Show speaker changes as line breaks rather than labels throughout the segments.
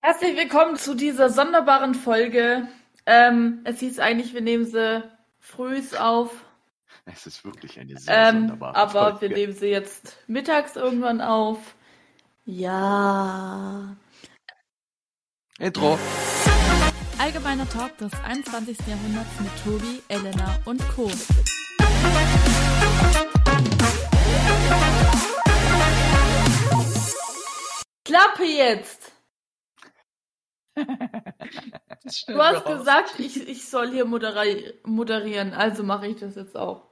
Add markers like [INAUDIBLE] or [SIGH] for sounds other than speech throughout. Herzlich willkommen zu dieser sonderbaren Folge. Ähm, es hieß eigentlich, wir nehmen sie frühs auf,
Es ist wirklich eine sehr
ähm,
sonderbare
aber wir
Folge.
nehmen sie jetzt mittags irgendwann auf. Ja.
Intro.
Allgemeiner Talk des 21. Jahrhunderts mit Tobi, Elena und Co.
Klappe jetzt! Du hast gesagt, ich, ich soll hier moderi moderieren, also mache ich das jetzt auch.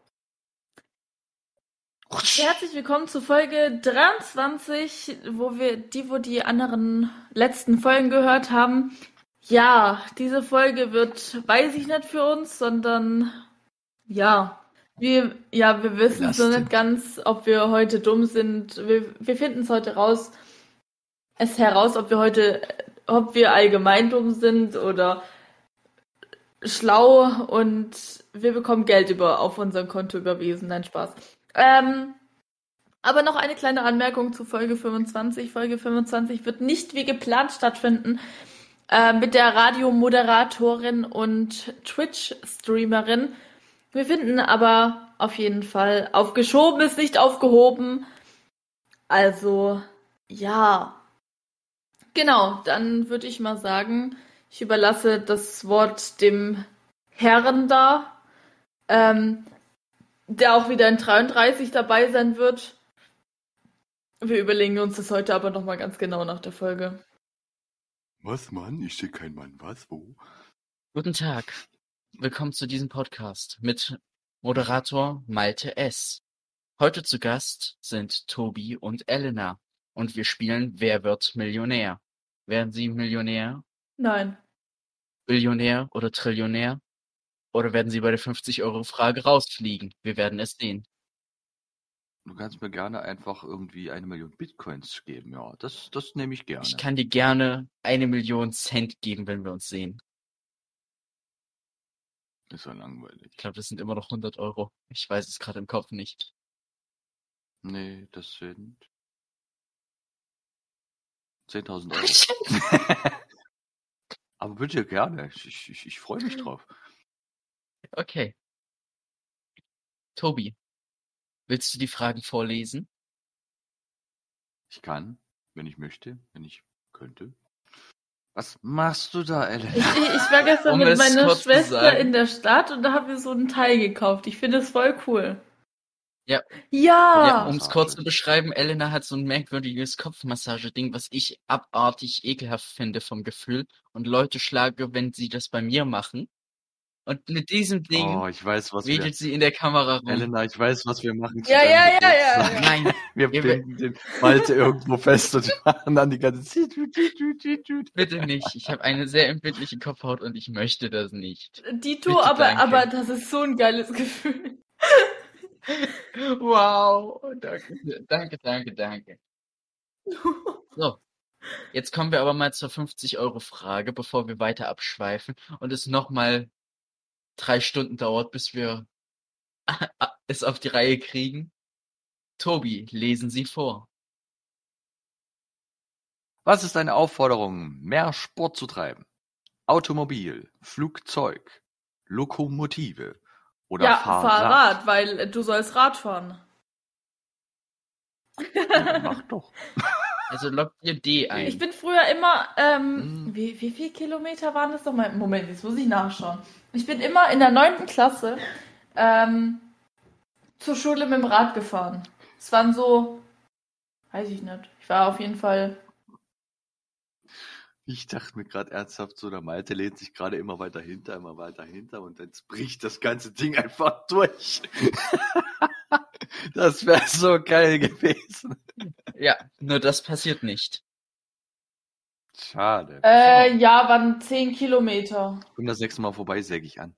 Herzlich willkommen zu Folge 23, wo wir die, wo die anderen letzten Folgen gehört haben. Ja, diese Folge wird, weiß ich nicht für uns, sondern ja, wir, ja, wir wissen so
Belastend.
nicht ganz, ob wir heute dumm sind. Wir, wir finden es heute raus, es heraus, ob wir heute, ob wir allgemein dumm sind oder schlau und wir bekommen Geld über auf unserem Konto überwiesen. Nein, Spaß. Ähm, aber noch eine kleine Anmerkung zu Folge 25. Folge 25 wird nicht wie geplant stattfinden. Äh, mit der Radiomoderatorin und Twitch-Streamerin. Wir finden aber auf jeden Fall, aufgeschoben ist nicht aufgehoben. Also, ja. Genau, dann würde ich mal sagen, ich überlasse das Wort dem Herrn da, ähm, der auch wieder in 33 dabei sein wird. Wir überlegen uns das heute aber nochmal ganz genau nach der Folge.
Was, Mann? Ich sehe keinen Mann. Was? Wo?
Guten Tag. Willkommen zu diesem Podcast mit Moderator Malte S. Heute zu Gast sind Tobi und Elena und wir spielen Wer wird Millionär? Werden Sie Millionär,
Nein.
Billionär oder Trillionär? Oder werden Sie bei der 50-Euro-Frage rausfliegen? Wir werden es sehen.
Du kannst mir gerne einfach irgendwie eine Million Bitcoins geben. Ja, das, das nehme ich gerne.
Ich kann dir gerne eine Million Cent geben, wenn wir uns sehen.
Ist ja langweilig.
Ich glaube, das sind immer noch 100 Euro. Ich weiß es gerade im Kopf nicht.
Nee, das sind 10.000 Euro.
Dankeschön.
[LAUGHS] Aber bitte gerne. Ich, ich, ich- ich freue mich drauf.
Okay. Tobi, willst du die Fragen vorlesen?
Ich kann, wenn ich möchte, wenn ich könnte. Was machst du da,
Ich,
Ellen?
ich, ich war gestern
Um
mit
es
meiner
kurz zu
Schwester
sagen.
in der Stadt und da haben wir so einen Teil gekauft. Ich finde es voll cool.
Ja. Ja,
Ah,
Ja.
um es kurz zu beschreiben, Elena hat so ein merkwürdiges Kopfmassageding, was ich abartig ekelhaft finde vom Gefühl und Leute schlage, wenn sie das bei mir machen. Und mit diesem Ding
Oh, ich weiß, was wir...
wedelt sie in der Kamera rum.
Elena, ich weiß, was wir machen zu
Hm. Ja,
deinem
ja, ja,
Geburtstag.
ja, ja.
Nein,
[LAUGHS] Wir
Ja,
binden den Malte irgendwo fest und machen dann die ganze Zeit.
bitte nicht. Ich habe eine sehr empfindliche Kopfhaut und ich möchte das nicht.
Dito,
Bitte,
aber,
danke.
aber das ist so ein geiles Gefühl.
Wow, danke, danke,
[LAUGHS]
danke, danke. Jetzt kommen wir aber mal zur 50-Euro-Frage, bevor wir weiter abschweifen und es nochmal drei Stunden dauert, bis wir [LAUGHS] es auf die Reihe kriegen. Tobi, lesen Sie vor.
Was ist deine Aufforderung, mehr Sport zu treiben? Automobil, Flugzeug, Lokomotive oder
ja,
Fahrrad?
Fahrrad, weil äh, du sollst Rad fahren. [LAUGHS]
Ja, mach doch.
Also lockt ihr D ein.
Ich bin früher immer, ähm,
Hm.
wie, wie viel Kilometer waren das nochmal? Moment, jetzt muss ich nachschauen. Ich bin immer in der neunten Klasse ähm, zur Schule mit dem Rad gefahren. Es waren so, weiß ich nicht. Ich war auf jeden Fall
Ich dachte mir gerade ernsthaft, so der Malte lehnt sich gerade immer weiter hinter, immer weiter hinter und jetzt bricht das ganze Ding einfach durch. [LAUGHS] Das wäre so geil gewesen.
ja, nur das passiert nicht.
Schade.
Äh, ja, waren 10 Kilometer.
Komm das nächste Mal vorbei, säge ich an.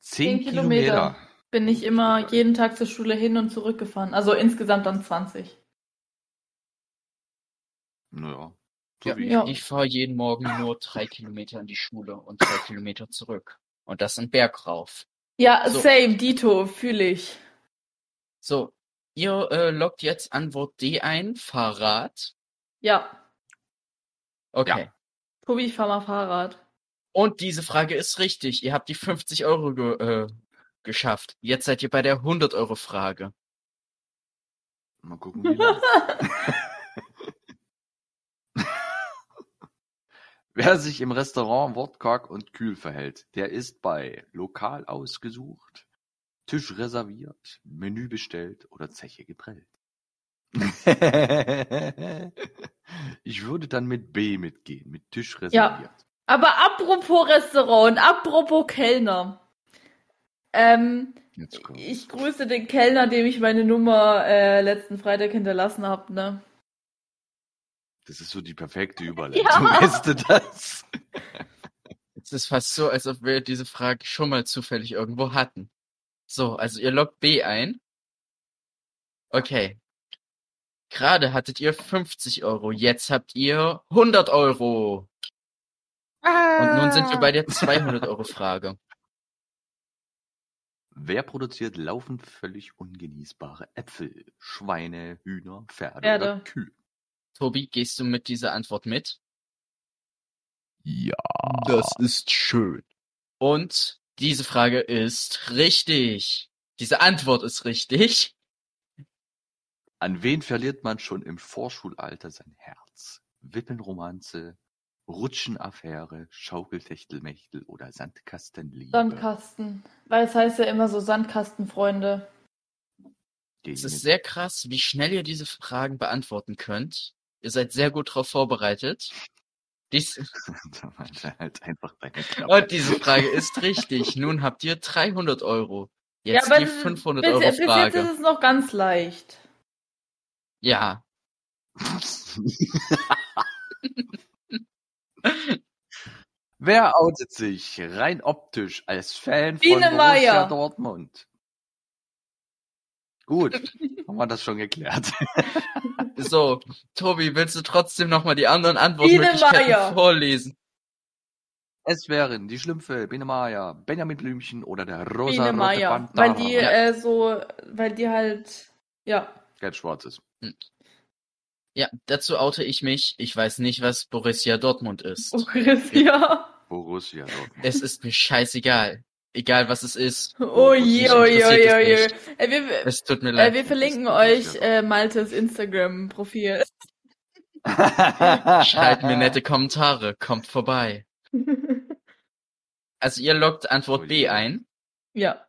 Zehn
Zehn
Kilometer.
Kilometer.
Bin ich immer
Okay.
jeden Tag zur Schule hin und zurück gefahren. Also insgesamt dann 20.
Naja.
Ja.
wie ich.
Ja.
Ich fahre jeden Morgen nur drei Kilometer in die Schule und drei Kilometer zurück. Und das einen Berg rauf.
Ja,
So.
same, Dito, fühle ich.
So, ihr äh, lockt jetzt Antwort D ein, Fahrrad.
Ja.
Okay.
Tobi, ich fahr mal Fahrrad.
Und diese Frage ist richtig. Ihr habt die 50 Euro ge äh, geschafft. Jetzt seid ihr bei der 100 Euro Frage.
Mal gucken, wie lang. [LAUGHS] Wer sich im Restaurant wortkarg und kühl verhält, der ist bei Lokal ausgesucht, Tisch reserviert, Menü bestellt oder Zeche geprellt. ich würde dann mit B mitgehen, mit Tisch reserviert.
Aber apropos Restaurant, apropos Kellner. Ähm,
Jetzt komm.
ich grüße den Kellner, dem ich meine Nummer äh, letzten Freitag hinterlassen habe, ne?
Das ist so
[LAUGHS]
die perfekte Überleitung.
Ja.
[LAUGHS] Weißt du das?
Es ist fast so, als ob wir diese Frage schon mal zufällig irgendwo hatten. So, also ihr loggt B ein. Okay. Gerade hattet ihr 50 Euro, jetzt habt ihr 100 Euro. Und nun sind wir bei der 200 Euro Frage.
Wer produziert laufend völlig ungenießbare Äpfel? Schweine, Hühner, Pferde,
Pferde.
Oder Kühe?
Tobi, gehst du mit dieser Antwort mit?
Ja.
Das ist schön. Ah. Und diese Frage ist richtig. Diese Antwort ist richtig.
An wen verliert man schon im Vorschulalter sein Herz? Wippenromanze, Rutschenaffäre, Schaukeltechtelmechtel oder Sandkastenliebe?
Sandkasten. Weil es heißt ja immer so Sandkastenfreunde.
Geh
Es ist
mit.
sehr krass, wie schnell ihr diese Fragen beantworten könnt. Ihr seid sehr gut darauf vorbereitet. Dies [LAUGHS]
[LAUGHS] halt einfach deine Klappe.
Und diese Frage ist richtig. Nun habt ihr 300 Euro. Jetzt die 500
bis,
Euro
bis jetzt
Frage.
ist es noch ganz leicht.
Ja,
[LAUGHS] Wer outet sich rein optisch als Fan von
Biene
Borussia
Meier.
Dortmund?
[LAUGHS]
Gut, haben wir das schon geklärt.
so. Tobi, willst du trotzdem nochmal die anderen Antwortmöglichkeiten
Meier.
vorlesen?
Es wären die Schlümpfe, Biene Meier, Benjamin Blümchen oder der rosa
Biene Meier. Weil die äh, so, weil die halt, ja.
gelb-schwarz ist.
Ja, dazu oute ich mich. Ich weiß nicht, was Borussia Dortmund ist.
[LAUGHS] Oh, Chris, ja.
Borussia
[LAUGHS]
Dortmund.
Es ist mir scheißegal. Egal, was es ist.
Oh je,
mich
oh je, oh je,
interessiert es
oh je.
nicht.
Äh, wir,
Es tut mir
äh,
leid.
wir verlinken
das
euch
ist-
äh, Maltes Instagram-Profil. [LAUGHS] Ah,
Schreibt mir nette Kommentare. Kommt vorbei. Also ihr loggt Antwort
Oh
B
je.
ein.
ja.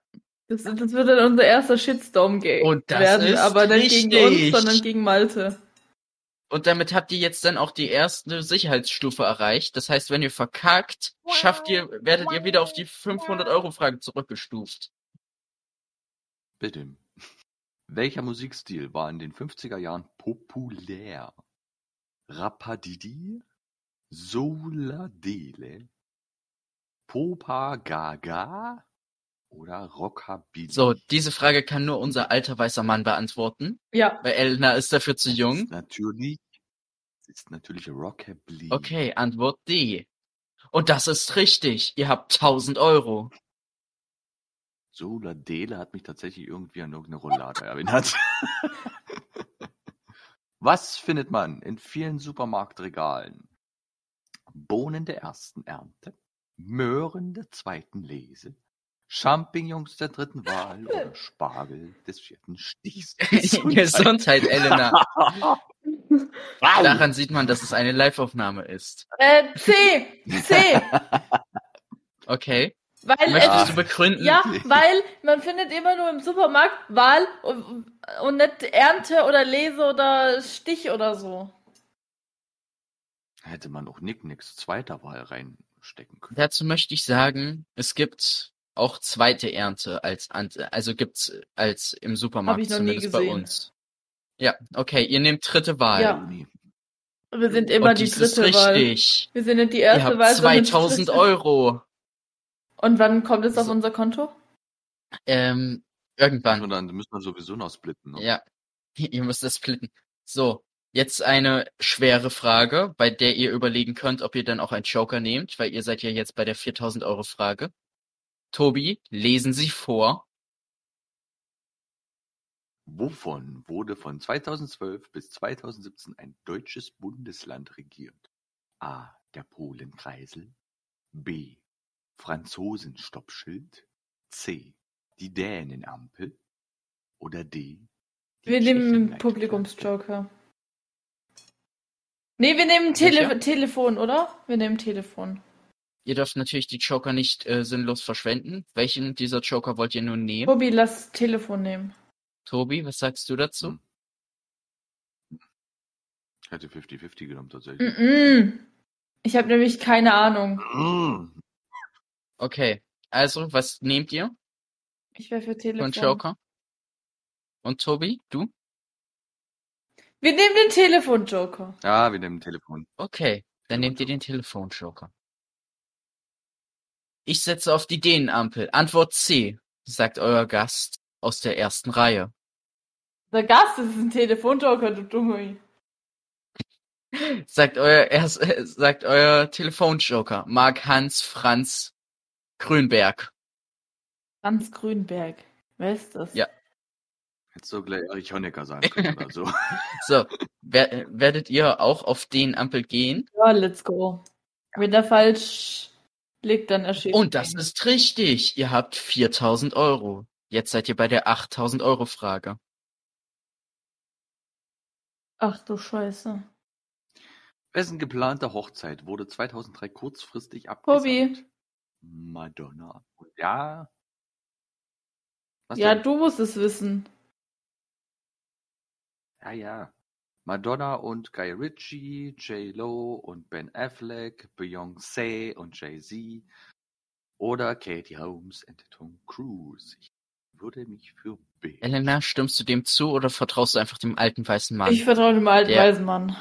Das, das wird dann unser erster Shitstorm ge-
Und das
werden,
ist
aber nicht gegen uns,
richtig.
sondern gegen Malte.
Und damit habt ihr jetzt dann auch die erste Sicherheitsstufe erreicht. Das heißt, wenn ihr verkackt, schafft ihr, werdet ihr wieder auf die 500 Euro Frage zurückgestuft.
Bitte. Welcher Musikstil war in den 50er Jahren populär? Rapadidi, Souladele, Popa Gaga oder Rockabilly?
So, diese Frage kann nur unser alter weißer Mann beantworten,
Ja.
weil Elena ist dafür zu
Das
jung.
Ist natürlich, das ist natürlich Rockabilly.
Okay, Antwort D. Und das ist richtig. Ihr habt 1000 Euro.
Souladele hat mich tatsächlich irgendwie an irgendeine Roulade erinnert. [LAUGHS] Was findet man in vielen Supermarktregalen? Bohnen der ersten Ernte, Möhren der zweiten Lese, Champignons der dritten Wahl oder Spargel des vierten Stichs.
Gesundheit,
[LAUGHS]
Elena.
Wow.
Daran sieht man, dass es eine Live-Aufnahme ist.
Äh,
[LAUGHS]
C! C!
Okay.
Weil
Möchtest
es
du
ist,
begründen?
Äh, ja, weil man findet immer nur im Supermarkt Wahl und, und nicht Ernte oder Lese oder Stich oder so.
Hätte man auch Nick Nicks zweiter Wahl reinstecken können.
Dazu möchte ich sagen, es gibt auch zweite Ernte als Ant- also gibt's als im Supermarkt
Hab ich noch nie
zumindest bei
gesehen.
uns. Ja, okay, ihr nehmt dritte Wahl.
Ja,
Nee.
Wir sind immer
Äh, Und
die
dies ist
dritte Wahl.
richtig.
Wir sind nicht die
Ihr
erste
habt
Wahl. sondern die
2000
dritte.
Euro.
Und wann kommt es auf
So.
unser Konto?
Ähm, irgendwann.
Und dann müssen wir sowieso noch splitten. Ne?
Ja, [LAUGHS] ihr müsst das splitten. So, jetzt eine schwere Frage, bei der ihr überlegen könnt, ob ihr dann auch einen Joker nehmt, weil ihr seid ja jetzt bei der 4000 Euro Frage. Tobi, lesen Sie vor.
Wovon wurde von 2012 bis 2017 ein deutsches Bundesland regiert? A. Der Polenkreisel. B. Franzosenstoppschild. C. Die Dänenampel. Oder D. Die
Wir nehmen einen
Tschechen-
Publikumsjoker. Nee, wir nehmen
Welcher?
Tele Telefon, oder? Wir nehmen Telefon.
Ihr dürft natürlich die Joker nicht äh, sinnlos verschwenden. Welchen dieser Joker wollt ihr nun nehmen?
Tobi, lass Telefon nehmen.
Tobi, was sagst du dazu?
Hm. Ich hätte 50-50 genommen tatsächlich.
Mm-mm. Ich habe nämlich keine Ahnung.
Mm.
Okay, also, was nehmt ihr
Ich wäre für
von
Telefon.
Joker? Und Tobi, du?
Wir nehmen den Telefon-Joker.
Ja, Ah, wir nehmen Telefon.
Okay, dann nehmt ihr den Telefonjoker. Ich setze auf die Dänenampel. Antwort C, sagt euer Gast aus der ersten Reihe.
Der Gast ist ein Telefon-Joker, du Dummi.
Sagt euer, erst, [LAUGHS] äh, sagt euer Telefonjoker, Mark Hans Franz Grünberg.
Franz Grünberg. Wer ist das?
Ja.
Hättest du gleich Erich Honecker sagen können oder
[LAUGHS]
so.
So, wer, äh, werdet ihr auch auf Dänenampel gehen?
Ja, let's go. Wenn der falsch liegt, dann erschießt
Und das ist richtig. Ihr habt 4000 Euro. Jetzt seid ihr bei der 8000 Euro Frage.
Ach du Scheiße.
Wessen geplante Hochzeit wurde 2003 kurzfristig abgesagt?
Tobi.
Madonna. Ja. Was
ja,
denn?
du musst es wissen.
Ja, ja. Madonna und Guy Ritchie, J-Lo und Ben Affleck, Beyoncé und Jay-Z oder Katie Holmes und Tom Cruise. Ich würde mich für B.
Elena, stimmst du dem zu oder vertraust du einfach dem alten weißen Mann?
Ich vertraue dem alten
Ja.
weisen Mann.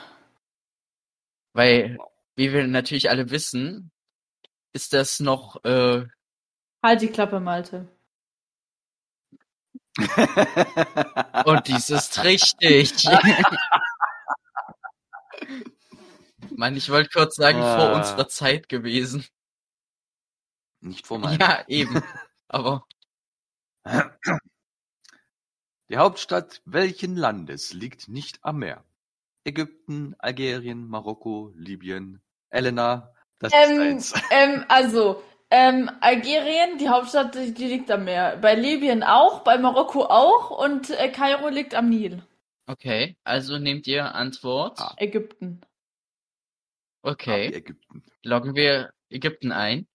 Weil, wie wir natürlich alle wissen, ist das noch, äh,
Halt die Klappe, Malte.
und dies ist
[LAUGHS]
oh, richtig. Mann, ich wollte kurz sagen, vor
Ah.
unserer Zeit gewesen.
[LAUGHS] Nicht vor meinem.
Ja, eben. Aber
Die Hauptstadt welchen Landes liegt nicht am Meer? Ägypten, Algerien, Marokko, Libyen. Elena, das
Ähm,
ist eins. [LAUGHS]
ähm, also, ähm, Algerien, die Hauptstadt, die, die liegt am Meer. Bei Libyen auch, bei Marokko auch und äh, Kairo liegt am Nil.
okay, also nehmt ihr Antwort.
Ah.
Ägypten.
Okay.
Wie Ägypten.
loggen wir Ägypten ein.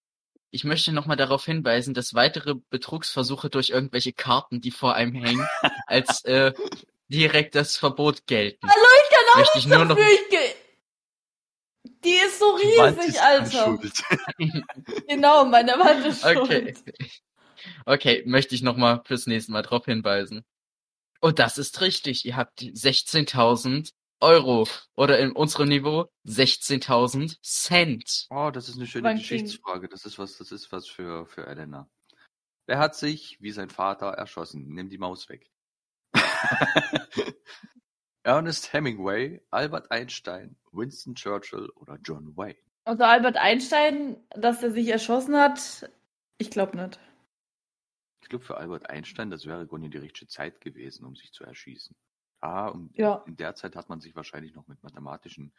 Ich möchte nochmal darauf hinweisen, dass weitere Betrugsversuche durch irgendwelche Karten, die vor einem hängen, als äh, direkt das Verbot gelten. Hallo, ich kann auch möchte ich nur noch
Dafür ich ge- die ist so
Die Wand
riesig,
ist
Alter.
dran schuld.
Genau, meine Wand ist schuld.
Okay. Okay, möchte ich nochmal fürs nächste Mal drauf hinweisen. Und das ist richtig. Ihr habt 16.000 Euro oder in unserem Niveau 16.000 Cent.
Oh, das ist eine schöne
Wann ging-
Geschichtsfrage. Das ist was, das ist was für, für Elena. Wer hat sich wie sein Vater erschossen? Nimm die Maus weg. [LAUGHS] Ernest Hemingway, Albert Einstein, Winston Churchill oder John Wayne?
Also Albert Einstein, dass er sich erschossen hat, ich glaube nicht.
Ich glaube für Albert Einstein, das wäre Grunde die richtige Zeit gewesen, um sich zu erschießen. Ah, und
Ja.
in der Zeit hat man sich wahrscheinlich noch mit mathematischen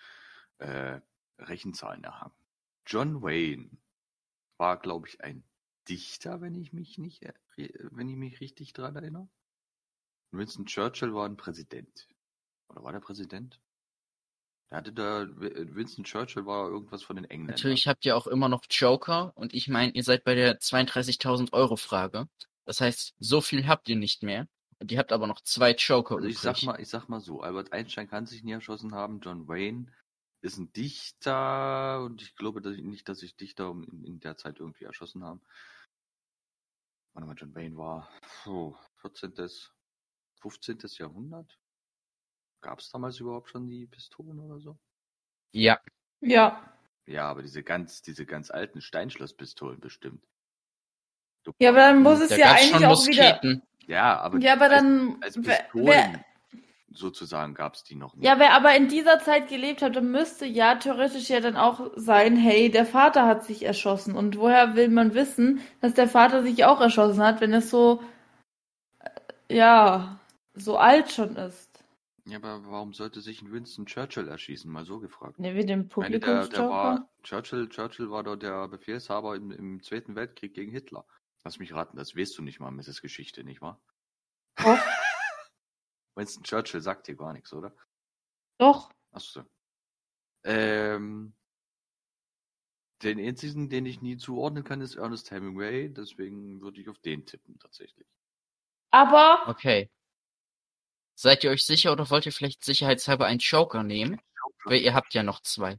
äh, Rechenzahlen erhangen. John Wayne war, glaube ich, ein Dichter, wenn ich mich nicht, er- wenn ich mich richtig daran erinnere. Winston Churchill war ein Präsident. Oder war der Präsident? Der hatte da, äh, Winston Churchill war irgendwas von den Engländern.
Natürlich habt ihr auch immer noch Joker und ich meine, ihr seid bei der 32.000 Euro Frage. Das heißt, so viel habt ihr nicht mehr. Und ihr habt aber noch zwei Joker
Also
übrig.
ich sag mal, ich sag mal so, Albert Einstein kann sich nie erschossen haben, John Wayne ist ein Dichter und ich glaube dass ich nicht, dass sich Dichter um- in, in der Zeit irgendwie erschossen haben. Warte mal, John Wayne war puh, 14. 15. Jahrhundert? Gab es damals überhaupt schon die Pistolen oder so?
ja,
Ja.
Ja, aber diese ganz, diese ganz alten Steinschlosspistolen bestimmt. Du-
Ja, aber dann muss es
da
ja
gab's
eigentlich
schon
auch wieder.
Musketen.
ja, aber,
Ja, aber dann.
als, als
wer-
Pistolen
wer-
sozusagen gab es die noch nicht.
Ja, wer aber in dieser Zeit gelebt hat, dann müsste ja theoretisch ja dann auch sein, hey, der Vater hat sich erschossen. Und woher will man wissen, dass der Vater sich auch erschossen hat, wenn es so, äh, ja, so alt schon ist?
Ja, aber warum sollte sich ein Winston Churchill erschießen? Mal so gefragt.
Nehmen wir den
Ich meine, der, der
Publikumsjoker?
war, Churchill, Churchill war doch der Befehlshaber im, im Zweiten Weltkrieg gegen Hitler. Lass mich raten, das weißt du nicht mal, Mrs. Geschichte, nicht wahr?
Doch.
[LAUGHS] Winston Churchill sagt dir gar nichts, oder?
Doch.
Achso. Ähm, den einzigen, den ich nie zuordnen kann, ist Ernest Hemingway, deswegen würde ich auf den tippen, tatsächlich.
Aber
Okay. Seid ihr euch sicher oder wollt ihr vielleicht sicherheitshalber einen Joker nehmen? Weil ihr habt ja noch zwei.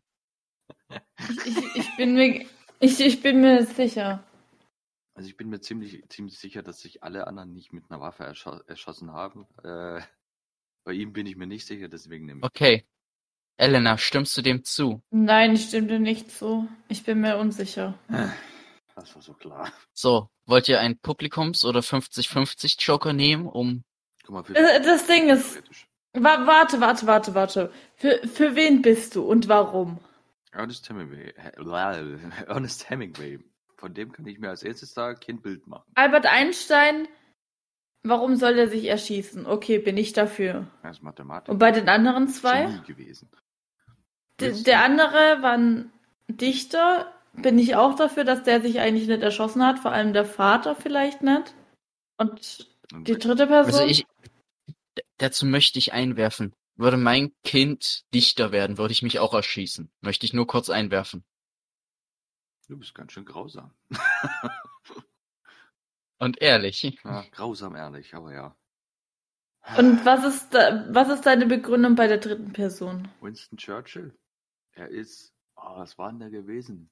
ich, ich, ich, bin mir, ich, ich bin mir sicher.
Also ich bin mir ziemlich, ziemlich sicher, dass sich alle anderen nicht mit einer Waffe erscho erschossen haben. Äh, bei ihm bin ich mir nicht sicher, deswegen nehme ich.
Okay. Elena, stimmst du dem zu?
Nein, ich stimme dir nicht zu. Ich bin mir unsicher.
Das war so klar.
So, wollt ihr einen Publikums- oder 50-50 Joker nehmen, um...
Guck mal, für
Äh, das Ding ist-
Theoretisch.
Wa warte, warte, warte, warte. Für, für wen bist du und warum?
Ernest Hemingway. He- lal- [LAUGHS] Ernest Hemingway. Von dem kann ich mir als erstes da kein Bild machen.
Albert Einstein, warum soll er sich erschießen? Okay, bin ich dafür.
Er ist Mathematiker.
Und bei den anderen zwei?
Genie gewesen.
D
Winston-
der andere war ein Dichter. Bin ich auch dafür, dass der sich eigentlich nicht erschossen hat, vor allem der Vater vielleicht nicht. Und
Und
die dritte Person?
Also ich... D- Dazu möchte ich einwerfen. Würde mein Kind Dichter werden, würde ich mich auch erschießen. Möchte ich nur kurz einwerfen.
Du bist ganz schön grausam.
Und ehrlich. [LAUGHS]
Ja, grausam ehrlich, aber ja.
Und was ist, da, was ist deine Begründung bei der dritten Person?
Winston Churchill. Er ist, ah, was war denn der gewesen?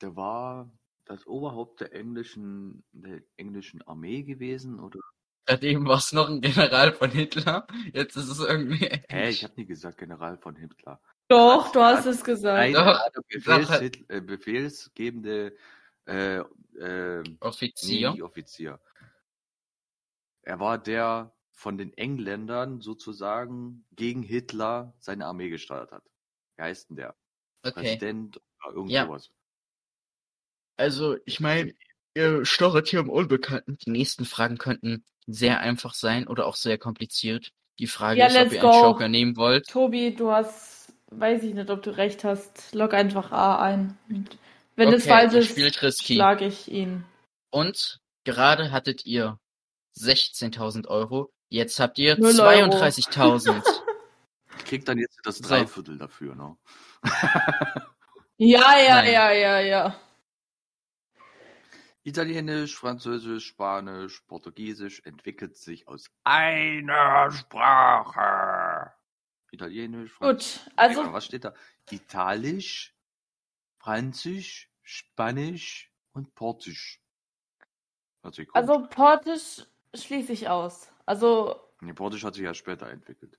Der war das Oberhaupt der englischen, der englischen Armee gewesen oder?
Gerade eben war es noch ein General von Hitler. Jetzt ist es irgendwie...
Hä, ich habe nie gesagt General von Hitler.
Doch, du hast es gesagt.
Nein,
Äh, doch.
er war der Befehls,
Sache.
Hitl- äh, befehlsgebende äh, äh,
Offizier.
Nee, Offizier. Er war der von den Engländern sozusagen gegen Hitler seine Armee gesteuert hat. Wie heißt denn der?
Okay.
Präsident oder irgend
Ja.
sowas.
Also, ich meine, ihr stochert hier im Unbekannten. Die nächsten Fragen könnten sehr einfach sein oder auch sehr kompliziert. Die Frage
Ja,
ist, ob
let's
ihr
go.
einen Joker nehmen wollt.
Tobi, du hast, weiß ich nicht, ob du recht hast. Log einfach A ein. Und wenn es
Okay,
falsch
ihr
ist,
spielt risky.
schlage ich ihn.
Und gerade hattet ihr 16.000 Euro. Jetzt habt ihr
Null Euro. [LAUGHS]
32.000.
Kriegt dann jetzt das
So.
Dreiviertel dafür, ne?
Ja, ja,
Nein.
ja, ja, ja.
Italienisch, Französisch, Spanisch, Portugiesisch entwickelt sich aus einer Sprache. Italienisch,
Gut,
Ey, aber
also
was steht da? Italisch, Französisch, Spanisch und Portisch. Hört sich komisch
Also Portisch schließe ich aus. Also,
an. Nee, Portisch hat sich ja später entwickelt.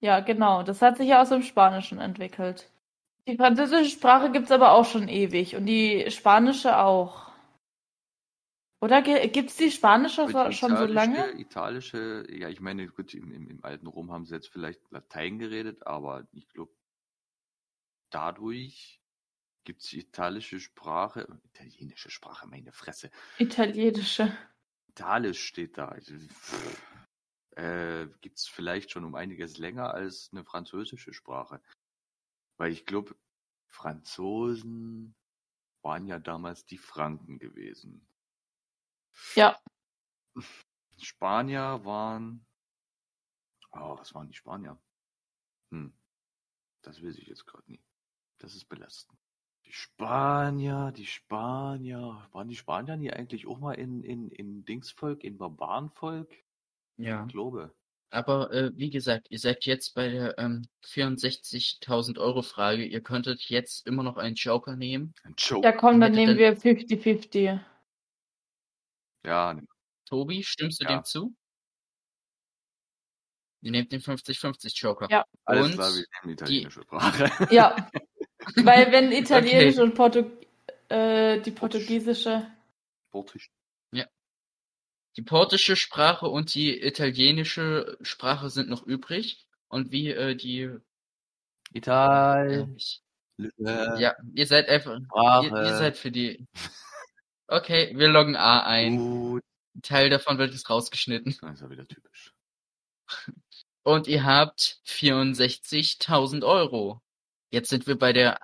ja, genau. Das hat sich ja aus dem Spanischen entwickelt. Die französische Sprache gibt es aber auch schon ewig und die spanische auch. Oder gibt es die spanische
Aber
so,
die
schon so lange?
italische- Italische, ja, ich meine, gut, im, im, im alten Rom haben sie jetzt vielleicht Latein geredet, aber ich glaube, dadurch gibt es die italische Sprache, italienische Sprache, meine Fresse.
Italienische.
Italisch steht da. Also, pff, Äh, Gibt es vielleicht schon um einiges länger als eine französische Sprache. Weil ich glaube, Franzosen waren ja damals die Franken gewesen.
Ja.
Spanier waren. Oh, was waren die Spanier? Hm. Das weiß ich jetzt gerade nicht. Das ist belastend. Die Spanier, die Spanier. Waren die Spanier nie eigentlich auch mal in, in, in Dingsvolk, in Barbarenvolk?
ja.
Ich glaube.
Aber äh, wie gesagt, ihr seid jetzt bei der ähm, 64.000 Euro Frage. Ihr könntet jetzt immer noch einen Joker nehmen.
Ein Joke.
Ja, komm, dann
Hätte
nehmen
denn-
wir 50-50.
Ja, ne,
Tobi, stimmst du
Ja.
dem zu? Ihr nehmt den 50-50 Joker. [LAUGHS]
Ja.
alles
Und
klar, wir nehmen italienische Sprache. [LAUGHS]
Ja, weil wenn Italienisch und Portu äh, die portugiesische.
Portisch.
die portische Sprache und die italienische Sprache sind noch übrig. Und wie äh, die. Äh,
Italien.
ich,
Ja,
ja, ihr seid einfach.
Sprache.
Ihr, ihr seid für die. Okay, wir loggen A ein.
Gut.
Ein Teil davon wird jetzt rausgeschnitten.
Das ist ja wieder typisch.
Und ihr habt 64.000 Euro. Jetzt sind wir bei der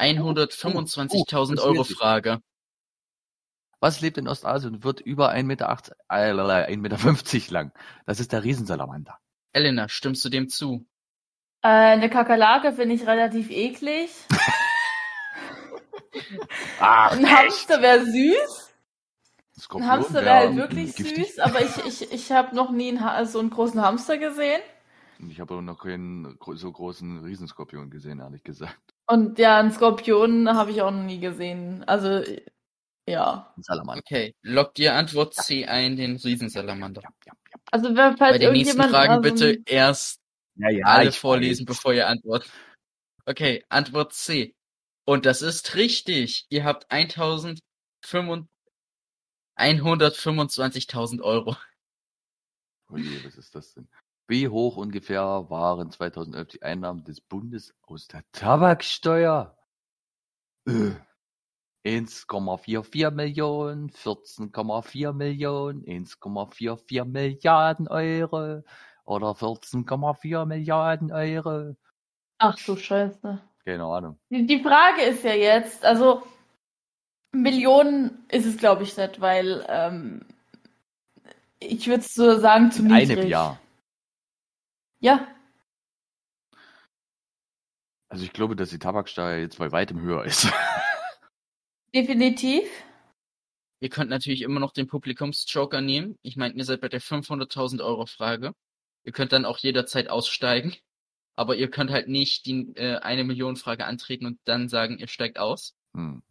125.000
Oh, oh,
Euro
das wird-
Frage.
Was lebt in Ostasien und wird über 1,80 Meter, äh, 1,50 Meter lang? Das ist der Riesensalamander.
Elena, stimmst du dem zu?
Äh, eine Kakerlake finde ich relativ eklig.
Ach,
Ein Hamster wäre süß. Ein
Skorpion
Hamster
wär,
wäre halt
ähm,
wirklich
giftig.
süß, aber ich, ich, ich habe noch nie einen ha so einen großen Hamster gesehen.
Ich habe noch keinen gro- so großen Riesenskorpion gesehen, ehrlich gesagt.
Und ja, einen Skorpion habe ich auch noch nie gesehen. Also, ja.
Ein Salamander.
Okay, lockt ihr Antwort C ein, den Riesensalamander.
Ja, ja, ja.
Also, wer- falls
Bei den nächsten
irgendjemand
Fragen
mal so
bitte
ein-
erst
ja, ja
alle
ich
vorlesen,
weiß.
bevor ihr antwortet. Okay, Antwort C. Und das ist richtig. Ihr habt 1005 125.000 Euro.
Oh je, was ist das denn? Wie hoch ungefähr waren 2011 die Einnahmen des Bundes aus der Tabaksteuer? Äh, 1,44 Millionen, 14,4 Millionen, 1,44 Milliarden Euro oder 14,4 Milliarden Euro.
Ach du Scheiße.
Keine Ahnung.
Die, die Frage ist ja jetzt, also Millionen ist es, glaube ich, nicht, weil ähm, ich würde so sagen, zu
In
niedrig.
einem Jahr.
Ja,
Also ich glaube, dass die Tabaksteuer jetzt bei weitem höher ist. [LAUGHS]
definitiv.
Ihr könnt natürlich immer noch den Publikumsjoker nehmen. Ich meine, ihr seid bei der 500.000 Euro Frage. Ihr könnt dann auch jederzeit aussteigen. Aber ihr könnt halt nicht die äh, eine Million Frage antreten und dann sagen, ihr steigt aus.
Hm.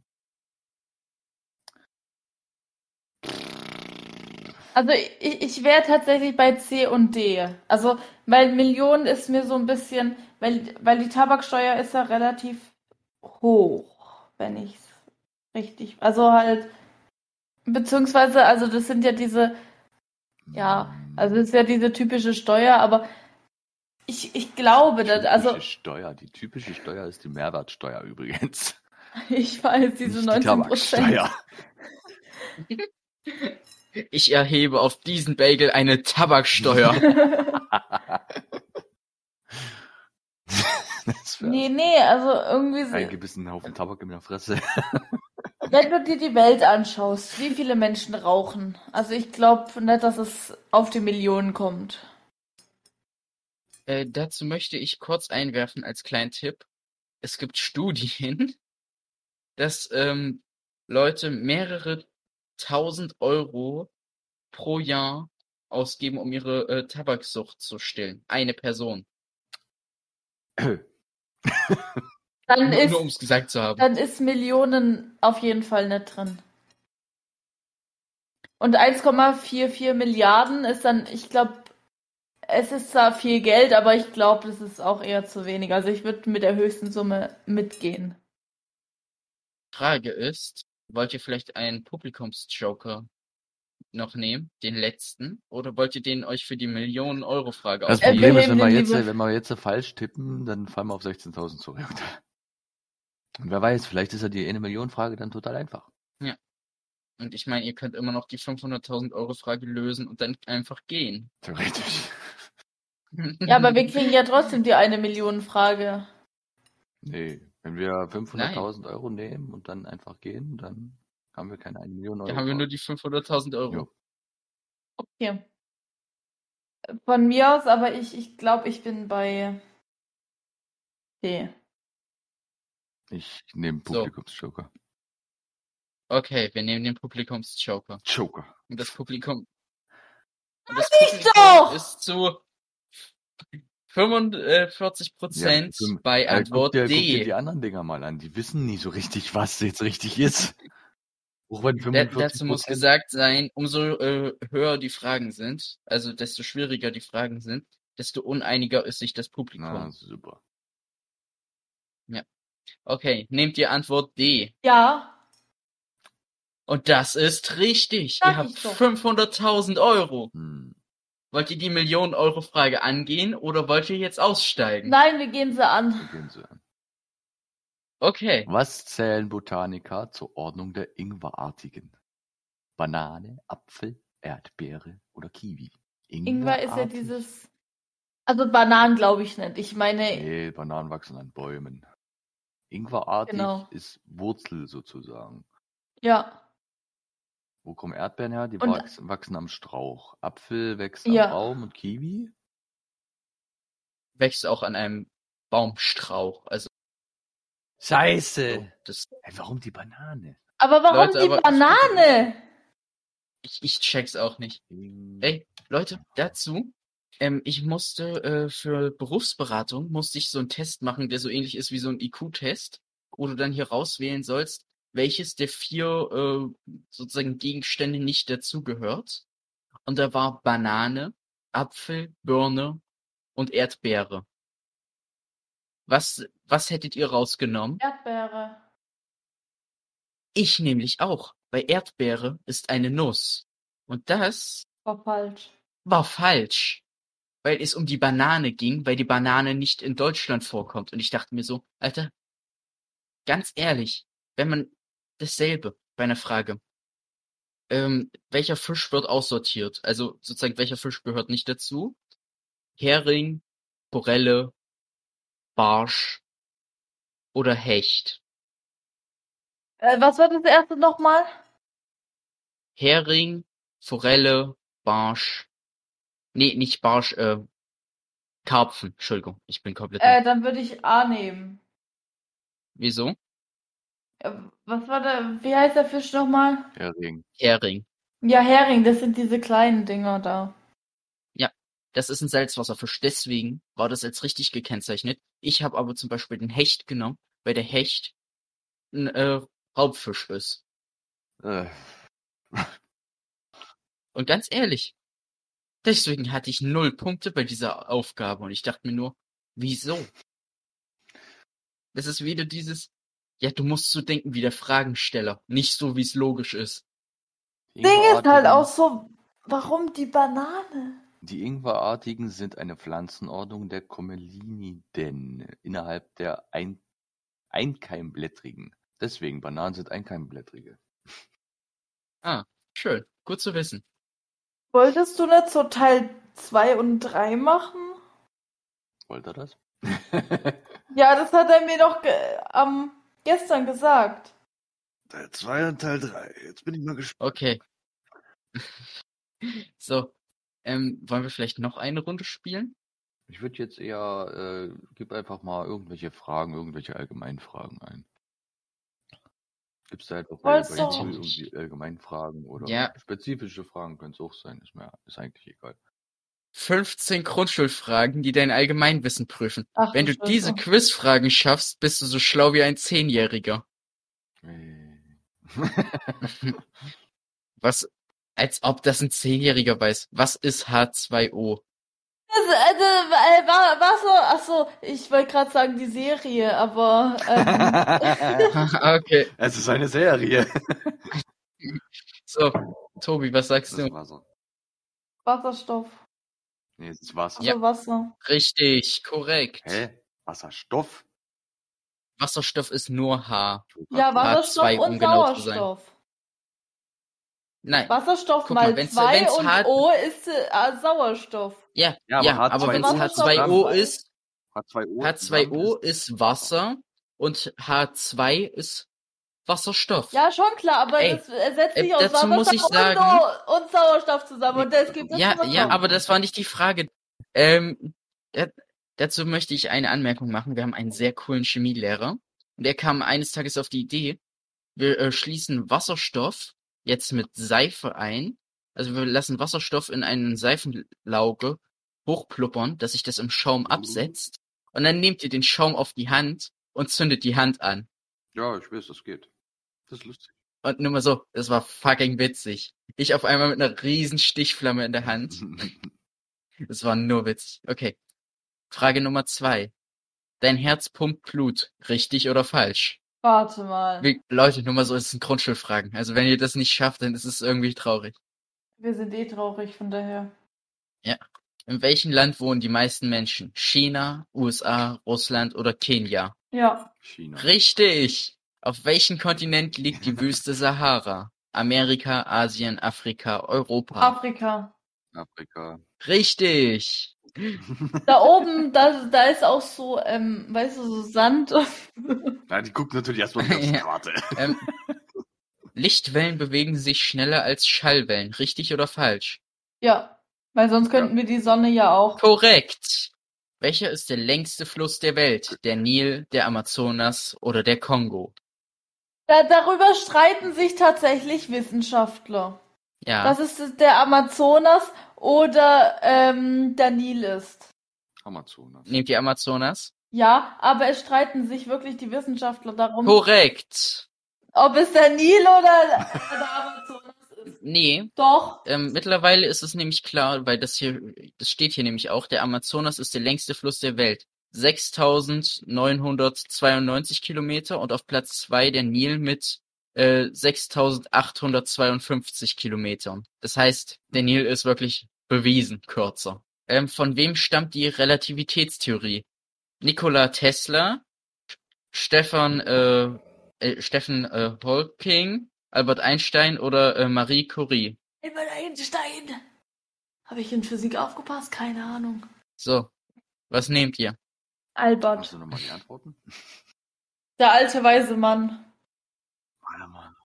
Also ich, ich wäre tatsächlich bei C und D. Also, weil Millionen ist mir so ein bisschen, weil, weil die Tabaksteuer ist ja relativ hoch, wenn ich es richtig. Also halt, beziehungsweise, also das sind ja diese. Ja,
Hm.
Also es ist ja diese typische Steuer, aber ich, ich glaube, dass,
Typische
also
Steuer. Die typische Steuer ist die Mehrwertsteuer übrigens.
[LAUGHS] ich weiß,
[LAUGHS]
diese
Nicht
19 Prozent.
Tabaksteuer.
Ich erhebe auf diesen Bagel eine Tabaksteuer.
Das wär
Nee, nee, also irgendwie
ein
so,
gewissen Haufen Tabak in der Fresse.
wenn du dir die Welt anschaust, wie viele Menschen rauchen. Also ich glaube nicht, dass es auf die Millionen kommt.
äh, dazu möchte ich kurz einwerfen als kleinen Tipp. Es gibt Studien, [LAUGHS] dass ähm, Leute mehrere tausend Euro pro Jahr ausgeben, um ihre äh, Tabaksucht zu stillen. Eine Person.
Dann
nur,
ist,
nur um es gesagt zu haben.
dann ist Millionen auf jeden Fall nicht drin. Und 1,44 Milliarden ist dann, ich glaube, es ist zwar viel Geld, aber ich glaube, das ist auch eher zu wenig. Also ich würde mit der höchsten Summe mitgehen.
Frage ist, wollt ihr vielleicht einen Publikumsjoker noch nehmen, den letzten, oder wollt ihr den euch für die Millionen-Euro-Frage
Das
Äh,
aufheben?
Problem ist, wenn
beheben
wir,
den
jetzt,
lieber-
wenn wir jetzt falsch tippen, dann fallen wir auf 16.000 zurück. Und wer weiß, vielleicht ist ja die eine Million Frage dann total einfach.
Und ich meine, ihr könnt immer noch die 500.000 Euro Frage lösen und dann einfach gehen.
Theoretisch.
Ja, aber
[LAUGHS]
wir kriegen ja trotzdem die eine Million Frage.
Nee, wenn wir 500.000 Euro nehmen und dann einfach gehen, dann haben wir keine eine Million Euro.
Da haben wir nur die 500.000 Euro.
Jo.
Okay. Von mir aus, aber ich, ich glaube, ich bin bei D.
ich nehme
So.
Publikumsjoker.
Okay, wir nehmen den Publikumsjoker.
Joker.
Und das Publikum. Und das
doch!
ist zu 45 Prozent
Ja, fünf-
bei
Äh, guck
Antwort
dir, guck dir
D.
die anderen Dinger mal an. Die wissen nie so richtig, was jetzt richtig ist. Auch wenn
Da,
45
dazu muss gesagt sein, umso äh, höher die Fragen sind, also desto schwieriger die Fragen sind, desto uneiniger ist sich das
Na,
Publikum.
super.
Okay, nehmt ihr Antwort D.
Ja,
Und das ist richtig.
Sag
ihr habt
ich doch.
500.000 Euro.
Hm.
Wollt ihr die Millionen-Euro-Frage angehen oder wollt ihr jetzt aussteigen?
nein, wir gehen sie an.
wir gehen so an.
Okay.
Was zählen Botaniker zur Ordnung der Ingwerartigen? Banane, Apfel, Erdbeere oder Kiwi?
Ingwer ist ja
Ingwerartig?
dieses Also Bananen glaube ich nicht. Ich meine,
Nee, Bananen wachsen an Bäumen. Ingwerartig
Genau.
ist Wurzel sozusagen.
ja.
Wo kommen Erdbeeren her? Die
Und-
wachsen, wachsen am Strauch. Apfel wächst
Ja.
am Baum und Kiwi?
Wächst auch an einem Baumstrauch. Also so,
Scheiße!
das,
Hey, warum die Banane?
Aber warum
Leute,
die
aber-
Banane?
ich, ich check's auch nicht.
Hm,
Ey, Leute, dazu, ähm, ich musste äh, für Berufsberatung, musste ich so einen Test machen, der so ähnlich ist wie so ein IQ-Test, wo du dann hier rauswählen sollst, welches der vier äh, sozusagen Gegenstände nicht dazugehört. Und da war Banane, Apfel, Birne und Erdbeere. Was, was hättet ihr rausgenommen?
Erdbeere.
Ich nämlich auch, weil Erdbeere ist eine Nuss. Und das
War falsch.
war falsch, weil es um die Banane ging, weil die Banane nicht in Deutschland vorkommt. Und ich dachte mir so, Alter, ganz ehrlich, wenn man dasselbe bei einer Frage, ähm, welcher Fisch wird aussortiert? Also sozusagen, welcher Fisch gehört nicht dazu? Hering, Forelle, Barsch oder Hecht.
Äh, was war das erste nochmal?
Hering, Forelle, Barsch. Nee, nicht Barsch, äh, Karpfen. Entschuldigung, ich bin komplett.
Äh, dann würde ich A nehmen.
Wieso?
Äh, Was war der, wie heißt der Fisch nochmal?
Hering.
Hering.
Ja, Hering, das sind diese kleinen Dinger da.
Das ist ein Salzwasserfisch. Deswegen war das als richtig gekennzeichnet. Ich habe aber zum Beispiel den Hecht genommen, weil der Hecht ein äh, Raubfisch ist.
Äh,
Und ganz ehrlich, deswegen hatte ich null Punkte bei dieser Aufgabe. Und ich dachte mir nur, wieso? Das ist wieder dieses, ja, du musst so denken wie der Fragensteller, nicht so, wie es logisch ist.
Ding ist halt
Ingwerartigen-
auch so, warum die Banane?
Die Ingwerartigen sind eine Pflanzenordnung der Comeliniden innerhalb der Ein Einkeimblättrigen. Deswegen, Bananen sind Einkeimblättrige.
Schön, gut zu wissen.
Wolltest du nicht so Teil 2 und 3 machen?
Wollt ihr das? [LAUGHS]
Ja, das hat er mir doch ge am gestern gesagt.
Teil 2 und Teil 3. Jetzt bin ich mal gespannt.
Okay. [LAUGHS] So, ähm, wollen wir vielleicht noch eine Runde spielen?
Ich würde jetzt eher, äh, gib einfach mal irgendwelche Fragen, irgendwelche Allgemeinfragen ein. Gibt's da einfach bei,
Wollt's
bei
doch.
Google irgendwie Allgemeinfragen oder
Ja.
spezifische Fragen könnte es auch sein, ist mir ist eigentlich egal.
15 Grundschulfragen, die dein Allgemeinwissen prüfen.
Ach,
Wenn du
Scheiße.
diese Quizfragen schaffst, bist du so schlau wie ein Zehnjähriger.
Äh.
Was, als ob das ein Zehnjähriger weiß. Was ist H2O?
Also, also, äh, war, war so, ach so, ich wollte gerade sagen die Serie, aber
[LAUGHS]
ähm,
Ah, okay,
[LAUGHS] es ist eine Serie.
so, Tobi, was
Es
sagst
ist
du?
Wasser.
Wasserstoff.
Nee, es ist Wasser.
Also Wasser.
Richtig, korrekt.
Hä? Wasserstoff?
Wasserstoff ist nur H.
Ja,
war-
Wasserstoff
H2, um
und
genau zu sein.
Sauerstoff.
Nein,
Wasserstoff
Guck mal,
mal
wenn's-
2
wenn's
und
hart-
O ist äh, ah, Sauerstoff.
ja,
Ja,
ja,
aber H2O
aber wenn es
Wasserstoff
H2O
zusammen-
ist,
H2O.
H2O ist Wasser und H2 ist Wasserstoff.
Ja, schon klar, aber
Ey,
das ersetzt sich
äh,
aus
dazu
Wasserstoff
muss ich
und,
sagen-
Sau- und Sauerstoff zusammen und das gibt es
ja,
schon
ja,
was
aber das war nicht die Frage. Ähm, da, dazu möchte ich eine Anmerkung machen. Wir haben einen sehr coolen Chemielehrer und er kam eines Tages auf die Idee, wir äh, schließen Wasserstoff jetzt mit Seife ein. Also wir lassen Wasserstoff in einen Seifenlauge hochpluppern, dass sich das im Schaum absetzt. Und dann nehmt ihr den Schaum auf die Hand und zündet die Hand an.
Ja, ich weiß, das geht. Das ist
[LAUGHS]
lustig.
Und nur mal so, das war fucking witzig. Ich auf einmal mit einer riesen Stichflamme in der Hand. Das war nur witzig. Okay. Frage Nummer zwei. Dein Herz pumpt Blut. Richtig oder falsch?
Warte mal.
Wie, Leute, nur mal so, es sind Grundschulfragen. Also wenn ihr das nicht schafft, dann ist es irgendwie traurig.
Wir sind eh traurig, von daher.
In welchem Land wohnen die meisten Menschen? China, USA, Russland oder Kenia?
Ja.
China.
Richtig! Auf welchem Kontinent liegt die Wüste Sahara? Amerika, Asien, Afrika, Europa.
Afrika.
Afrika.
Richtig!
Da oben, [LAUGHS] da, da ist auch so, ähm, weißt du, so Sand. [LAUGHS]
Ja, die guckt natürlich
[LAUGHS]
erstmal auf die
Ja.
Karte.
Ähm, Lichtwellen bewegen sich schneller als Schallwellen. Richtig oder falsch?
Ja, weil sonst könnten wir die Sonne ja auch.
Korrekt. Welcher ist der längste Fluss der Welt? Der Nil, der Amazonas oder der Kongo?
Da, darüber streiten sich tatsächlich Wissenschaftler.
Ja,
Dass es der Amazonas oder ähm, der Nil ist.
Amazonas.
nehmt ihr Amazonas?
Ja, aber es streiten sich wirklich die Wissenschaftler darum,
Korrekt.
ob es der Nil oder der Amazonas ist.
Nee,
[LAUGHS] Doch,
ähm, mittlerweile ist es nämlich klar, weil das hier, das steht hier nämlich auch, der Amazonas ist der längste Fluss der Welt. 6.992 Kilometer und auf Platz zwei der Nil mit äh, 6.852 Kilometern. Das heißt, der Nil ist wirklich bewiesen kürzer. Ähm, von wem stammt die Relativitätstheorie? Nikola Tesla, Stefan, äh, äh, Stephen äh, Hawking, Albert Einstein oder äh, Marie Curie?
immer Einstein. Habe ich in Physik aufgepasst? Keine Ahnung.
So, was nehmt ihr?
Albert.
Hast du nochmal die Antworten?
Der alte weise Mann.
Warte mal.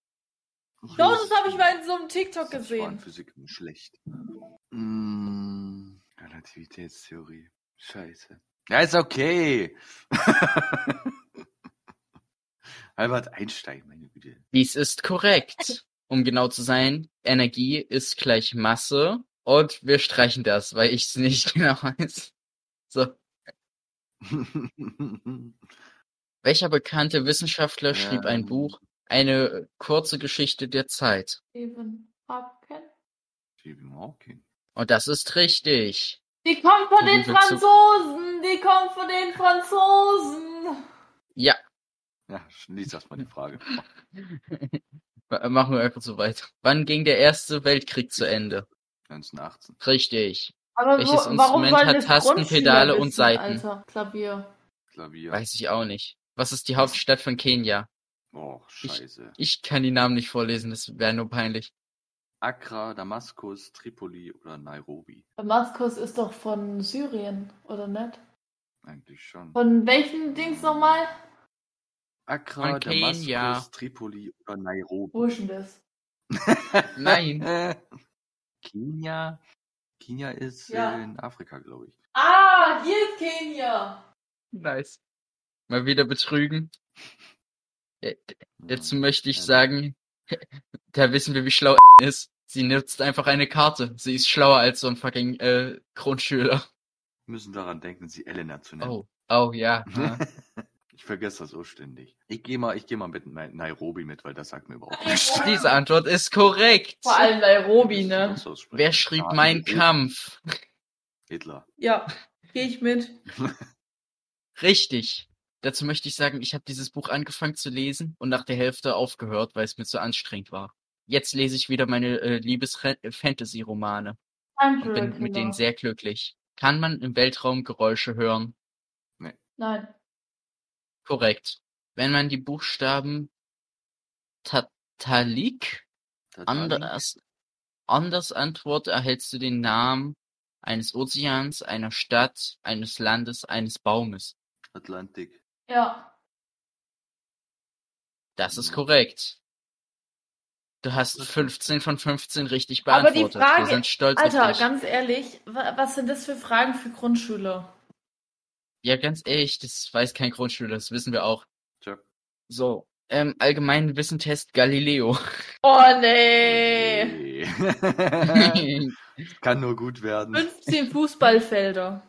Doch, das habe ich mal in so einem TikTok
Ich war in
gesehen.
Physik immer schlecht. Mm, Relativitätstheorie. Scheiße. Ja, ist okay. [LAUGHS] Albert Einstein, meine Güte.
Dies ist korrekt. Um genau zu sein, Energie ist gleich Masse und wir streichen das, weil ich es nicht [LAUGHS] genau weiß. So, welcher bekannte Wissenschaftler schrieb ein
Ähm.
Buch, eine äh, kurze Geschichte der Zeit?
Stephen Hawking.
[LAUGHS] Stephen Hawking.
Und das ist richtig.
Die kommt von
Ja,
den
die wird so-
Franzosen. Die kommt von den Franzosen.
Ja,
Ja, lies erstmal die Frage.
ma- machen wir einfach so weiter. Wann ging der Erste Weltkrieg zu Ende?
1918.
Richtig.
Aber
Welches Instrument
wollen
hat
das
Tasten,
Grundschüler
Pedale und
wissen,
Saiten?
Alter, Klavier.
Klavier.
Weiß ich auch nicht. Was ist die Hauptstadt von Kenia?
Oh, scheiße.
Ich kann die Namen nicht vorlesen, das wäre nur peinlich.
Accra, Damaskus, Tripoli oder Nairobi.
Damaskus ist doch von Syrien, oder nicht?
Eigentlich schon.
Von welchen Dings nochmal?
Accra,
Von Kenia.
Damaskus, Tripoli oder Nairobi.
Wo ist denn das?
[LAUGHS] Nein.
Kenia. Kenia ist
Ja.
in Afrika, glaube ich.
Ah, hier ist Kenia.
Nice. Mal wieder betrügen. Ä- Dazu
Ja.
möchte ich
also-
sagen, [LAUGHS] da wissen wir, wie schlau [LAUGHS] ist. Sie nutzt einfach eine Karte. Sie ist schlauer als so ein fucking äh, Grundschüler.
müssen daran denken, sie Elena zu nennen.
Oh, oh
[LAUGHS]
ja. ja.
Ich vergesse das so ständig. Ich gehe mal, ich gehe mal mit Nai- Nairobi mit, weil das sagt mir überhaupt nichts.
Diese Antwort ist korrekt.
Vor
[LAUGHS]
allem Nairobi, ne?
Das aussprechen.
Wer schrieb
Ja,
Mein
Hitler.
Kampf? [LAUGHS]
Hitler.
Ja, gehe ich mit.
Richtig. Dazu möchte ich sagen, ich habe dieses Buch angefangen zu lesen und nach der Hälfte aufgehört, weil es mir zu anstrengend war. Jetzt lese ich wieder meine äh, Liebes-Fantasy-Romane. und bin mit
genau.
denen sehr glücklich. Kann man im Weltraum Geräusche hören?
Nein.
Korrekt. Wenn man die Buchstaben Tatalik anders, anders antwortet, erhältst du den Namen eines Ozeans, einer Stadt, eines Landes, eines Baumes.
Atlantik.
Ja.
Das ist
Mhm.
Genau.
korrekt. Du hast
Das ist
15 von 15 richtig
Aber die
beantwortet.
Frage-
Wir sind stolz
Alter,
auf dich.
ganz ehrlich, wa- was sind das für Fragen für Grundschüler?
ja, ganz ehrlich, das weiß kein Grundschüler, das wissen wir auch.
Tja.
So, ähm, allgemeinen Wissentest Galileo.
Oh nee. Äh.
[LAUGHS] Kann nur gut [LAUGHS] werden.
15 Fußballfelder.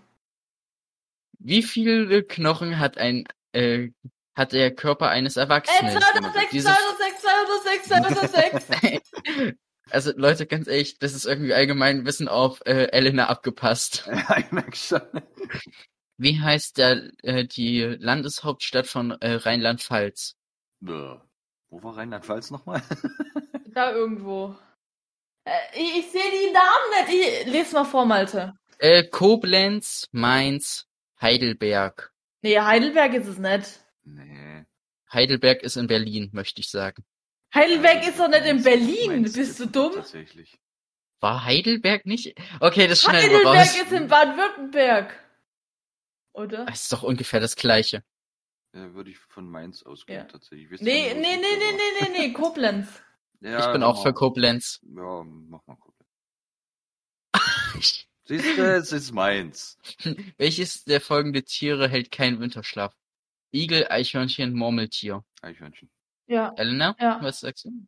[LAUGHS] Wie viele Knochen hat ein äh, hat der Körper eines Erwachsenen?
206,
Dieses-
206, 206, 206.
Also Leute, ganz ehrlich, das ist irgendwie allgemein Wissen auf äh, Elena
Äh.
abgepasst.
ich merke schon.
Wie heißt der äh, die Landeshauptstadt von äh, Rheinland-Pfalz?
Bäh. Wo war Rheinland-Pfalz nochmal?
[LAUGHS] Da irgendwo. Äh, ich ich sehe die Namen nicht. Ich, les mal vor, Malte.
Äh, Koblenz, Mainz, Heidelberg.
Nee, Heidelberg ist es nicht.
[LAUGHS] nee.
Heidelberg ist in Berlin, möchte ich sagen.
Also
Heidelberg ist doch nicht in Berlin.
Mainz
Bist du
gibt's
dumm?
Tatsächlich.
War Heidelberg nicht? Okay, das schneiden wir
Heidelberg
raus.
ist in Baden-Württemberg. Oder?
Das ist doch ungefähr das gleiche.
Äh, würde ich von Mainz ausgehen,
Ja.
tatsächlich. Ich wüsste
Nee,
gar nicht,
nee, nee,
wo es ist,
nee, nee, nee, nee, Koblenz.
aber-
ich
Ja,
bin
mach
genau.
auch für
mal.
Koblenz.
Ja, mach mal
[LAUGHS]
Koblenz. Siehst du, es ist Mainz.
Welches der folgenden Tiere hält keinen Winterschlaf? Igel, Eichhörnchen, Murmeltier.
Eichhörnchen.
Ja,
Elena,
Ja.
was sagst du?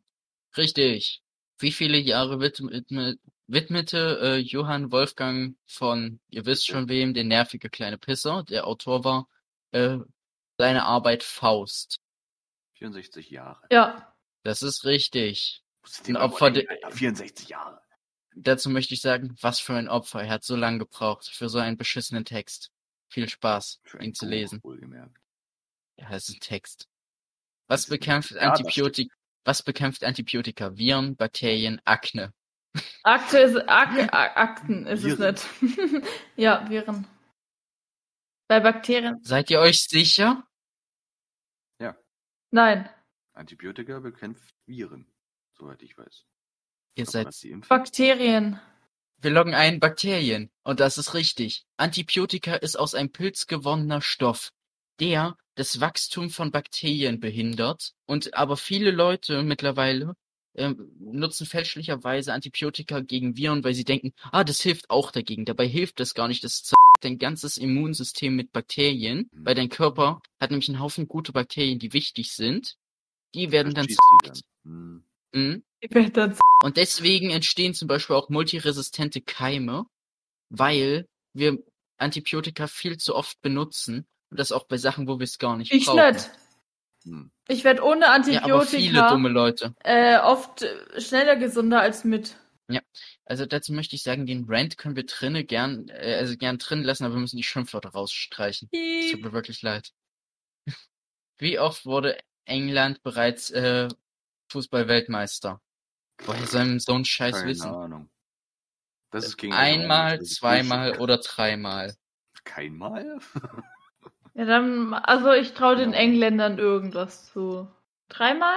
Richtig. Wie viele Jahre widme, widme, widmete äh, Johann Wolfgang von, ihr wisst schon wem, der nervige kleine Pisser, der Autor war, äh, seine Arbeit Faust?
64 Jahre.
ja.
Das ist richtig.
Muss ich dir
Ein
mal
Opfer
überlegen,
der-
Alter, 64 Jahre.
Dazu möchte ich sagen, was für ein Opfer. Er hat so lange gebraucht für so einen beschissenen Text. Viel Spaß,
Für ein
ihn zu
Buch,
lesen.
Wohlgemerkt.
Ja, es ist ein Text. Was
Das ist-
bekämpft
Ja, das
Antibiotika? Was bekämpft Antibiotika? Viren, Bakterien, Akne.
Akte ist, Ak Ak Akten ist
Viren.
es nicht. [LAUGHS] ja, Viren. Bei Bakterien?
Seid ihr euch sicher?
Nein.
Antibiotika bekämpft Viren, soweit ich weiß.
Ihr
Aber
seid.
dass die Impfung-
Bakterien.
Wir loggen ein Bakterien. Und das ist richtig. Antibiotika ist aus einem Pilz gewonnener Stoff, der das Wachstum von Bakterien behindert. Und aber viele Leute mittlerweile ähm, nutzen fälschlicherweise Antibiotika gegen Viren, weil sie denken, ah, das hilft auch dagegen. Dabei hilft das gar nicht. Das dein ganzes Immunsystem mit Bakterien,
Mhm.
weil dein Körper hat nämlich einen Haufen gute Bakterien, die wichtig sind. Die werden dann,
schießt die dann. Hm.
Mhm.
Die werden dann
und deswegen entstehen zum Beispiel auch multiresistente Keime, weil wir Antibiotika viel zu oft benutzen und das auch bei Sachen, wo wir es gar nicht
Ich
brauchen.
nicht.
Hm.
Ich werde ohne
Ja, aber viele
Antibiotika
dumme Leute.
äh, oft äh, schneller gesunder als mit.
Also dazu möchte ich sagen, den Rant können wir drinne gern, äh, also gern drin lassen, aber wir müssen die Schimpfwörter rausstreichen. Es tut mir wirklich leid. [LAUGHS] Wie oft wurde England bereits äh, Fußball-Weltmeister? Woher soll man so einen Scheiß
Keine
wissen?
Ahnung. Das ist gegen
Einmal,
das ist
zweimal
Bullshit.
oder dreimal.
Keinmal? [LAUGHS]
Ja, dann, also ich traue den
Ja.
Engländern irgendwas zu. Dreimal?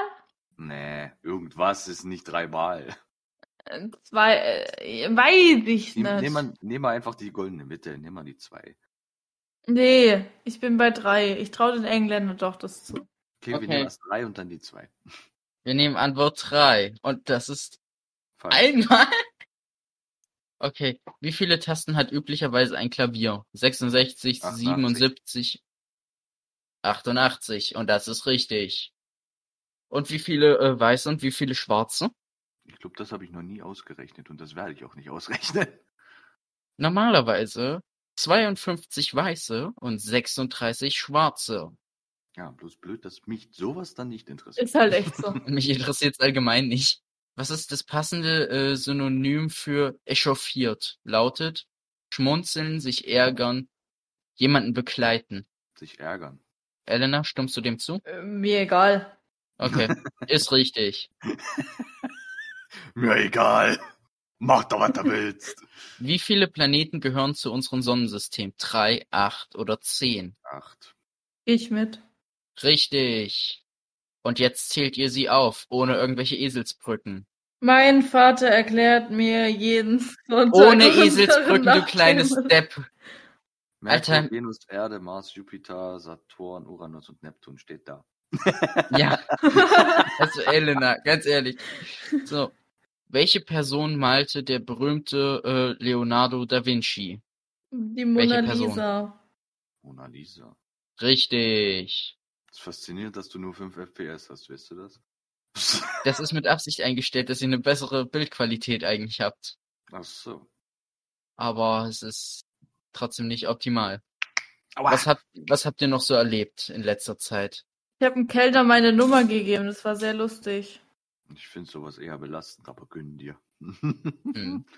nee, irgendwas ist nicht dreimal.
Äh, Zwei, äh, weiß ich
Nehm,
nicht.
nehm, mal, nehm mal einfach die goldene Mitte, nimm mal die zwei.
Nee, ich bin bei drei. Ich traue den Engländern doch das zu.
Okay,
Okay.
wir nehmen erst drei und dann die zwei.
Wir nehmen Antwort drei. Und das ist
Falsch.
einmal. [LAUGHS] Okay. Wie viele Tasten hat üblicherweise ein Klavier? 66,
88.
77, 88. Und das ist richtig. Und wie viele äh, weiße und wie viele schwarze?
Ich glaube, das habe ich noch nie ausgerechnet und das werde ich auch nicht ausrechnen. [LAUGHS]
Normalerweise 52 weiße und 36 schwarze.
Ja, bloß blöd, dass mich sowas dann nicht interessiert.
Ist halt echt so.
Mich interessiert es allgemein nicht. Was ist das passende äh, Synonym für echauffiert? Lautet schmunzeln, sich ärgern, jemanden begleiten.
Sich ärgern.
Elena, stimmst du dem zu?
Äh, Mir egal.
Okay, ist richtig.
Mir egal. [LAUGHS] Mach doch, was du
[LAUGHS]
willst.
Wie viele Planeten gehören zu unserem Sonnensystem? Drei, acht oder zehn?
Acht.
Geh ich mit.
Richtig. Und jetzt zählt ihr sie auf, ohne irgendwelche Eselsbrücken.
Mein Vater erklärt mir jeden Sonntag.
Ohne
unseren
Eselsbrücken, du kleines
Nachthimmel.
Depp.
Merkur,
Alter.
Venus, Erde, Mars, Jupiter, Saturn, Uranus und Neptun steht da.
Ja. Also Elena, ganz ehrlich. So, welche Person malte der berühmte äh, Leonardo da Vinci?
[LAUGHS] Die Mona
Welche Person?
Lisa.
Mona Lisa.
Richtig.
Es ist faszinierend, dass du nur 5 FPS hast, weißt du das? [LAUGHS]
Das ist mit Absicht eingestellt, dass ihr eine bessere Bildqualität eigentlich habt.
Ach so.
Aber es ist trotzdem nicht optimal.
Aua.
Was habt, was habt ihr noch so erlebt in letzter Zeit?
Ich habe dem Kellner meine Nummer gegeben. Das war sehr lustig.
Ich finde sowas eher belastend, aber gönn dir. [LAUGHS]
Hm. Ah.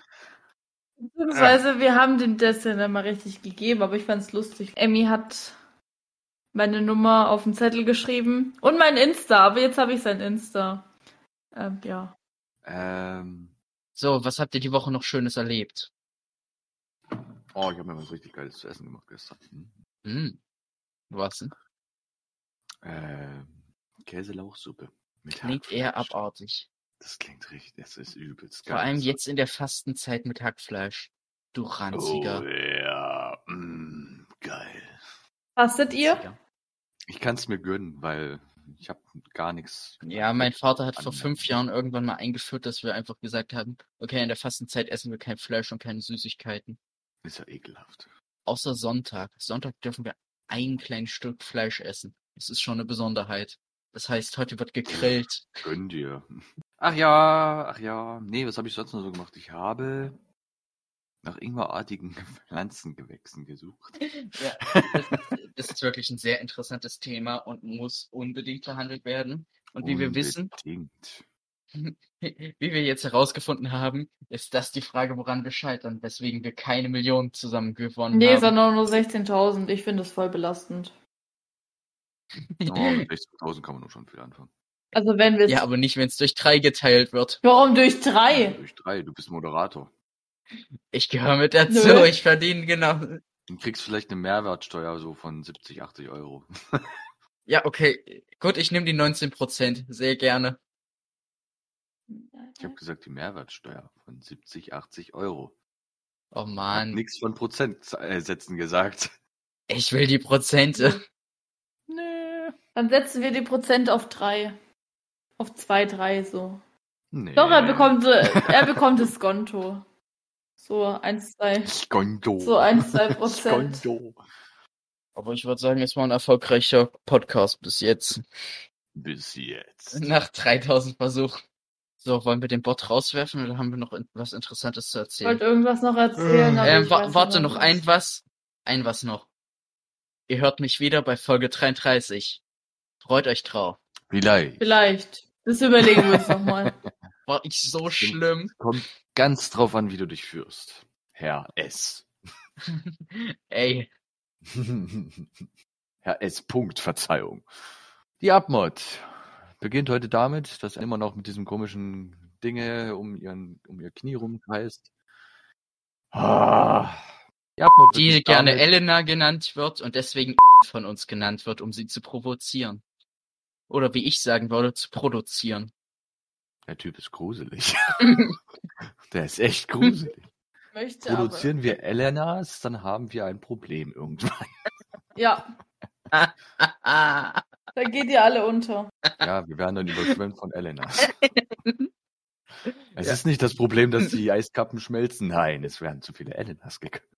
Beziehungsweise, wir haben den Destin immer richtig gegeben, aber ich fand's lustig. Emmy hat meine Nummer auf den Zettel geschrieben und mein Insta, aber jetzt habe ich sein Insta. Ähm, ja.
ähm,
So, was habt ihr die Woche noch Schönes erlebt?
oh, ich habe mir was richtig Geiles zu essen gemacht gestern. Hm.
Hm. Was denn?
Ähm, Käselauchsuppe. Mit
Klingt eher
Hackfleisch.
abartig.
Das klingt richtig, das ist übelst
Vor allem jetzt in der Fastenzeit mit Hackfleisch. Du
Oh,
ranziger.
ja, mm, geil.
Fastet ihr?
Ranziger.
Ich kann es mir gönnen, weil ich habe gar nichts.
Ja, mein Vater hat vor
Anmerkung.
fünf Jahren irgendwann mal eingeführt, dass wir einfach gesagt haben, okay, in der Fastenzeit essen wir kein Fleisch und keine Süßigkeiten.
Ist ja ekelhaft.
Außer Sonntag. Sonntag dürfen wir ein kleines Stück Fleisch essen. Das ist schon eine Besonderheit. Das heißt, heute wird gegrillt.
Gönn dir. Ach ja, ach ja. Nee, was habe ich sonst noch so gemacht? Ich habe nach [LAUGHS] ingwerartigen Pflanzengewächsen gesucht.
Ja, das, das ist wirklich ein sehr interessantes Thema und muss unbedingt behandelt werden. Und wie wir wissen, [LAUGHS]
Unbedingt.
wie wir jetzt herausgefunden haben, ist das die Frage, woran wir scheitern, weswegen wir keine Millionen zusammen gewonnen
Nee,
haben.
sondern nur 16.000. Ich finde das voll belastend. [LAUGHS]
Oh, mit 16.000 kann man nur schon viel anfangen.
Also wenn wir
Ja, aber nicht, wenn es durch drei geteilt wird.
Warum durch drei?
Durch drei, du bist Moderator.
Ich gehöre mit dazu,
Nö.
ich verdiene genau.
Du kriegst vielleicht eine Mehrwertsteuer so von 70, 80 Euro. [LAUGHS]
Ja, okay. Gut, ich nehme die 19%. Sehr gerne.
Ich
Mhm.
habe gesagt, die Mehrwertsteuer von 70, 80 Euro.
Oh
Hab
man,
Nix von Prozentsätzen gesagt. [LAUGHS]
ich will die Prozente.
[LAUGHS] Nö. Dann setzen wir die Prozent auf drei. Auf zwei, drei so.
Nee.
Doch, er bekommt, äh, er bekommt Diskonto. So, eins, zwei.
Skondo.
So ein,
[LAUGHS]
zwei Prozent.
Skondo.
Aber ich würde sagen, es war ein erfolgreicher Podcast bis jetzt.
Bis
Hm.
jetzt.
Nach 3000 Versuchen. So, wollen wir den Bot rauswerfen oder haben wir noch in- was Interessantes zu
Ich
erzählen?
wollte irgendwas noch erzählen. aber
Ähm,
ich
wa
weiß
warte,
nicht,
noch
was.
ein was. Ein was noch. Ihr hört mich wieder bei Folge 33. Freut euch drauf.
Vielleicht.
Vielleicht. Das überlegen wir uns
[LAUGHS]
nochmal.
War ich so
Stimmt.
schlimm?
Kommt ganz drauf an, wie du dich führst. Herr S.
Ey.
[LAUGHS] Herr S. Punkt, Verzeihung. Die Abmod beginnt heute damit, dass er immer noch mit diesem komischen Dinge um, ihren, um ihr Knie rumkreist. Ah. Die Abmod
die
beginnt
gerne
damit-
Elena genannt wird und deswegen von uns genannt wird, um sie zu provozieren. Oder wie ich sagen würde, zu
[LAUGHS]
produzieren.
Der Typ ist gruselig. [LAUGHS] Der ist echt gruselig.
Möchte aber.
Produzieren wir Elenas, dann haben wir ein Problem irgendwann.
Ja,
Ah,
da geht ihr alle unter.
Ja, wir werden dann überschwemmt von Elenas. Es
Ja.
ist nicht das Problem, dass die Eiskappen schmelzen. Nein, es werden zu viele Elenas geköpft.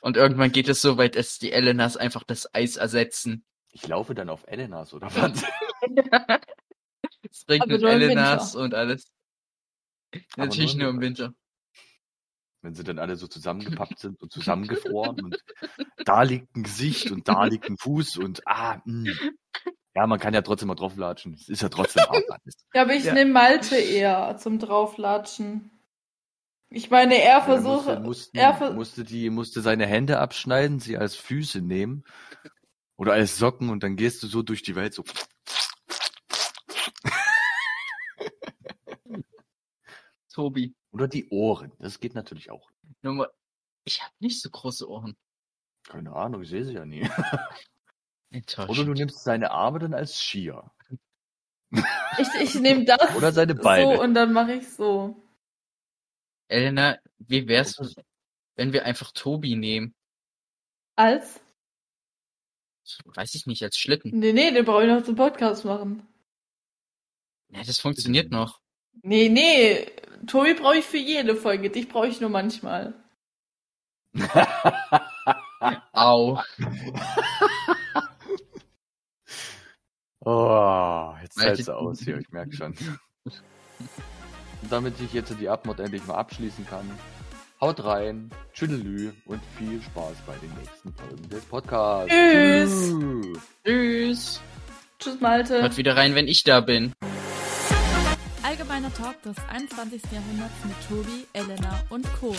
und irgendwann geht es so weit, dass die Elenas einfach das Eis ersetzen.
Ich laufe dann auf Elenas, oder was? [LAUGHS]
Es regnet
nur im
Elenas und alles.
Aber
Natürlich
nur
nur
im
im Winter.
Wenn sie dann alle so zusammengepappt sind
[LAUGHS]
und zusammengefroren und da liegt ein Gesicht und da liegt ein Fuß und ah, mh. Ja, man kann ja trotzdem mal drauflatschen. Es ist
[LAUGHS]
ja trotzdem hart alles.
Ja, aber ich
Ja.
nehme Malte eher zum drauflatschen. Ich meine, er
Ja, dann musste-
versuche.
mussten,
er ver
musste, die, musste seine Hände abschneiden, sie als Füße nehmen oder als Socken und dann gehst du so durch die Welt so.
Tobi,
Oder die Ohren, das geht natürlich auch.
nur mal, ich habe nicht so große Ohren.
Keine Ahnung, ich sehe sie ja nie. Oder du
Enttäuschend.
nimmst seine Arme dann als Skier.
ich ich nehme das
Oder seine Beine.
so und dann mache ich so.
Elena, wie wär's,
Oder-
wenn wir einfach Tobi nehmen?
Als?
Weiß ich nicht, als
Hm.
Schlitten.
Nee, nee, den brauche ich noch zum Podcast machen.
Ja, das funktioniert noch.
Nee, nee. Tobi brauche ich für jede Folge. Dich brauche ich nur manchmal.
Au.
oh, jetzt
Malte-
zählt's aus hier, ich merke schon. [LAUGHS] Und damit ich jetzt die Abmod endlich mal abschließen kann, haut rein, tschüdelü und viel Spaß bei den nächsten Folgen des Podcasts.
Tschüss.
Tschüss.
Tschüss.
Tschüss, Malte.
Hört wieder rein, wenn ich da bin.
Allgemeiner Talk des 21. Jahrhunderts mit Tobi, Elena und Co.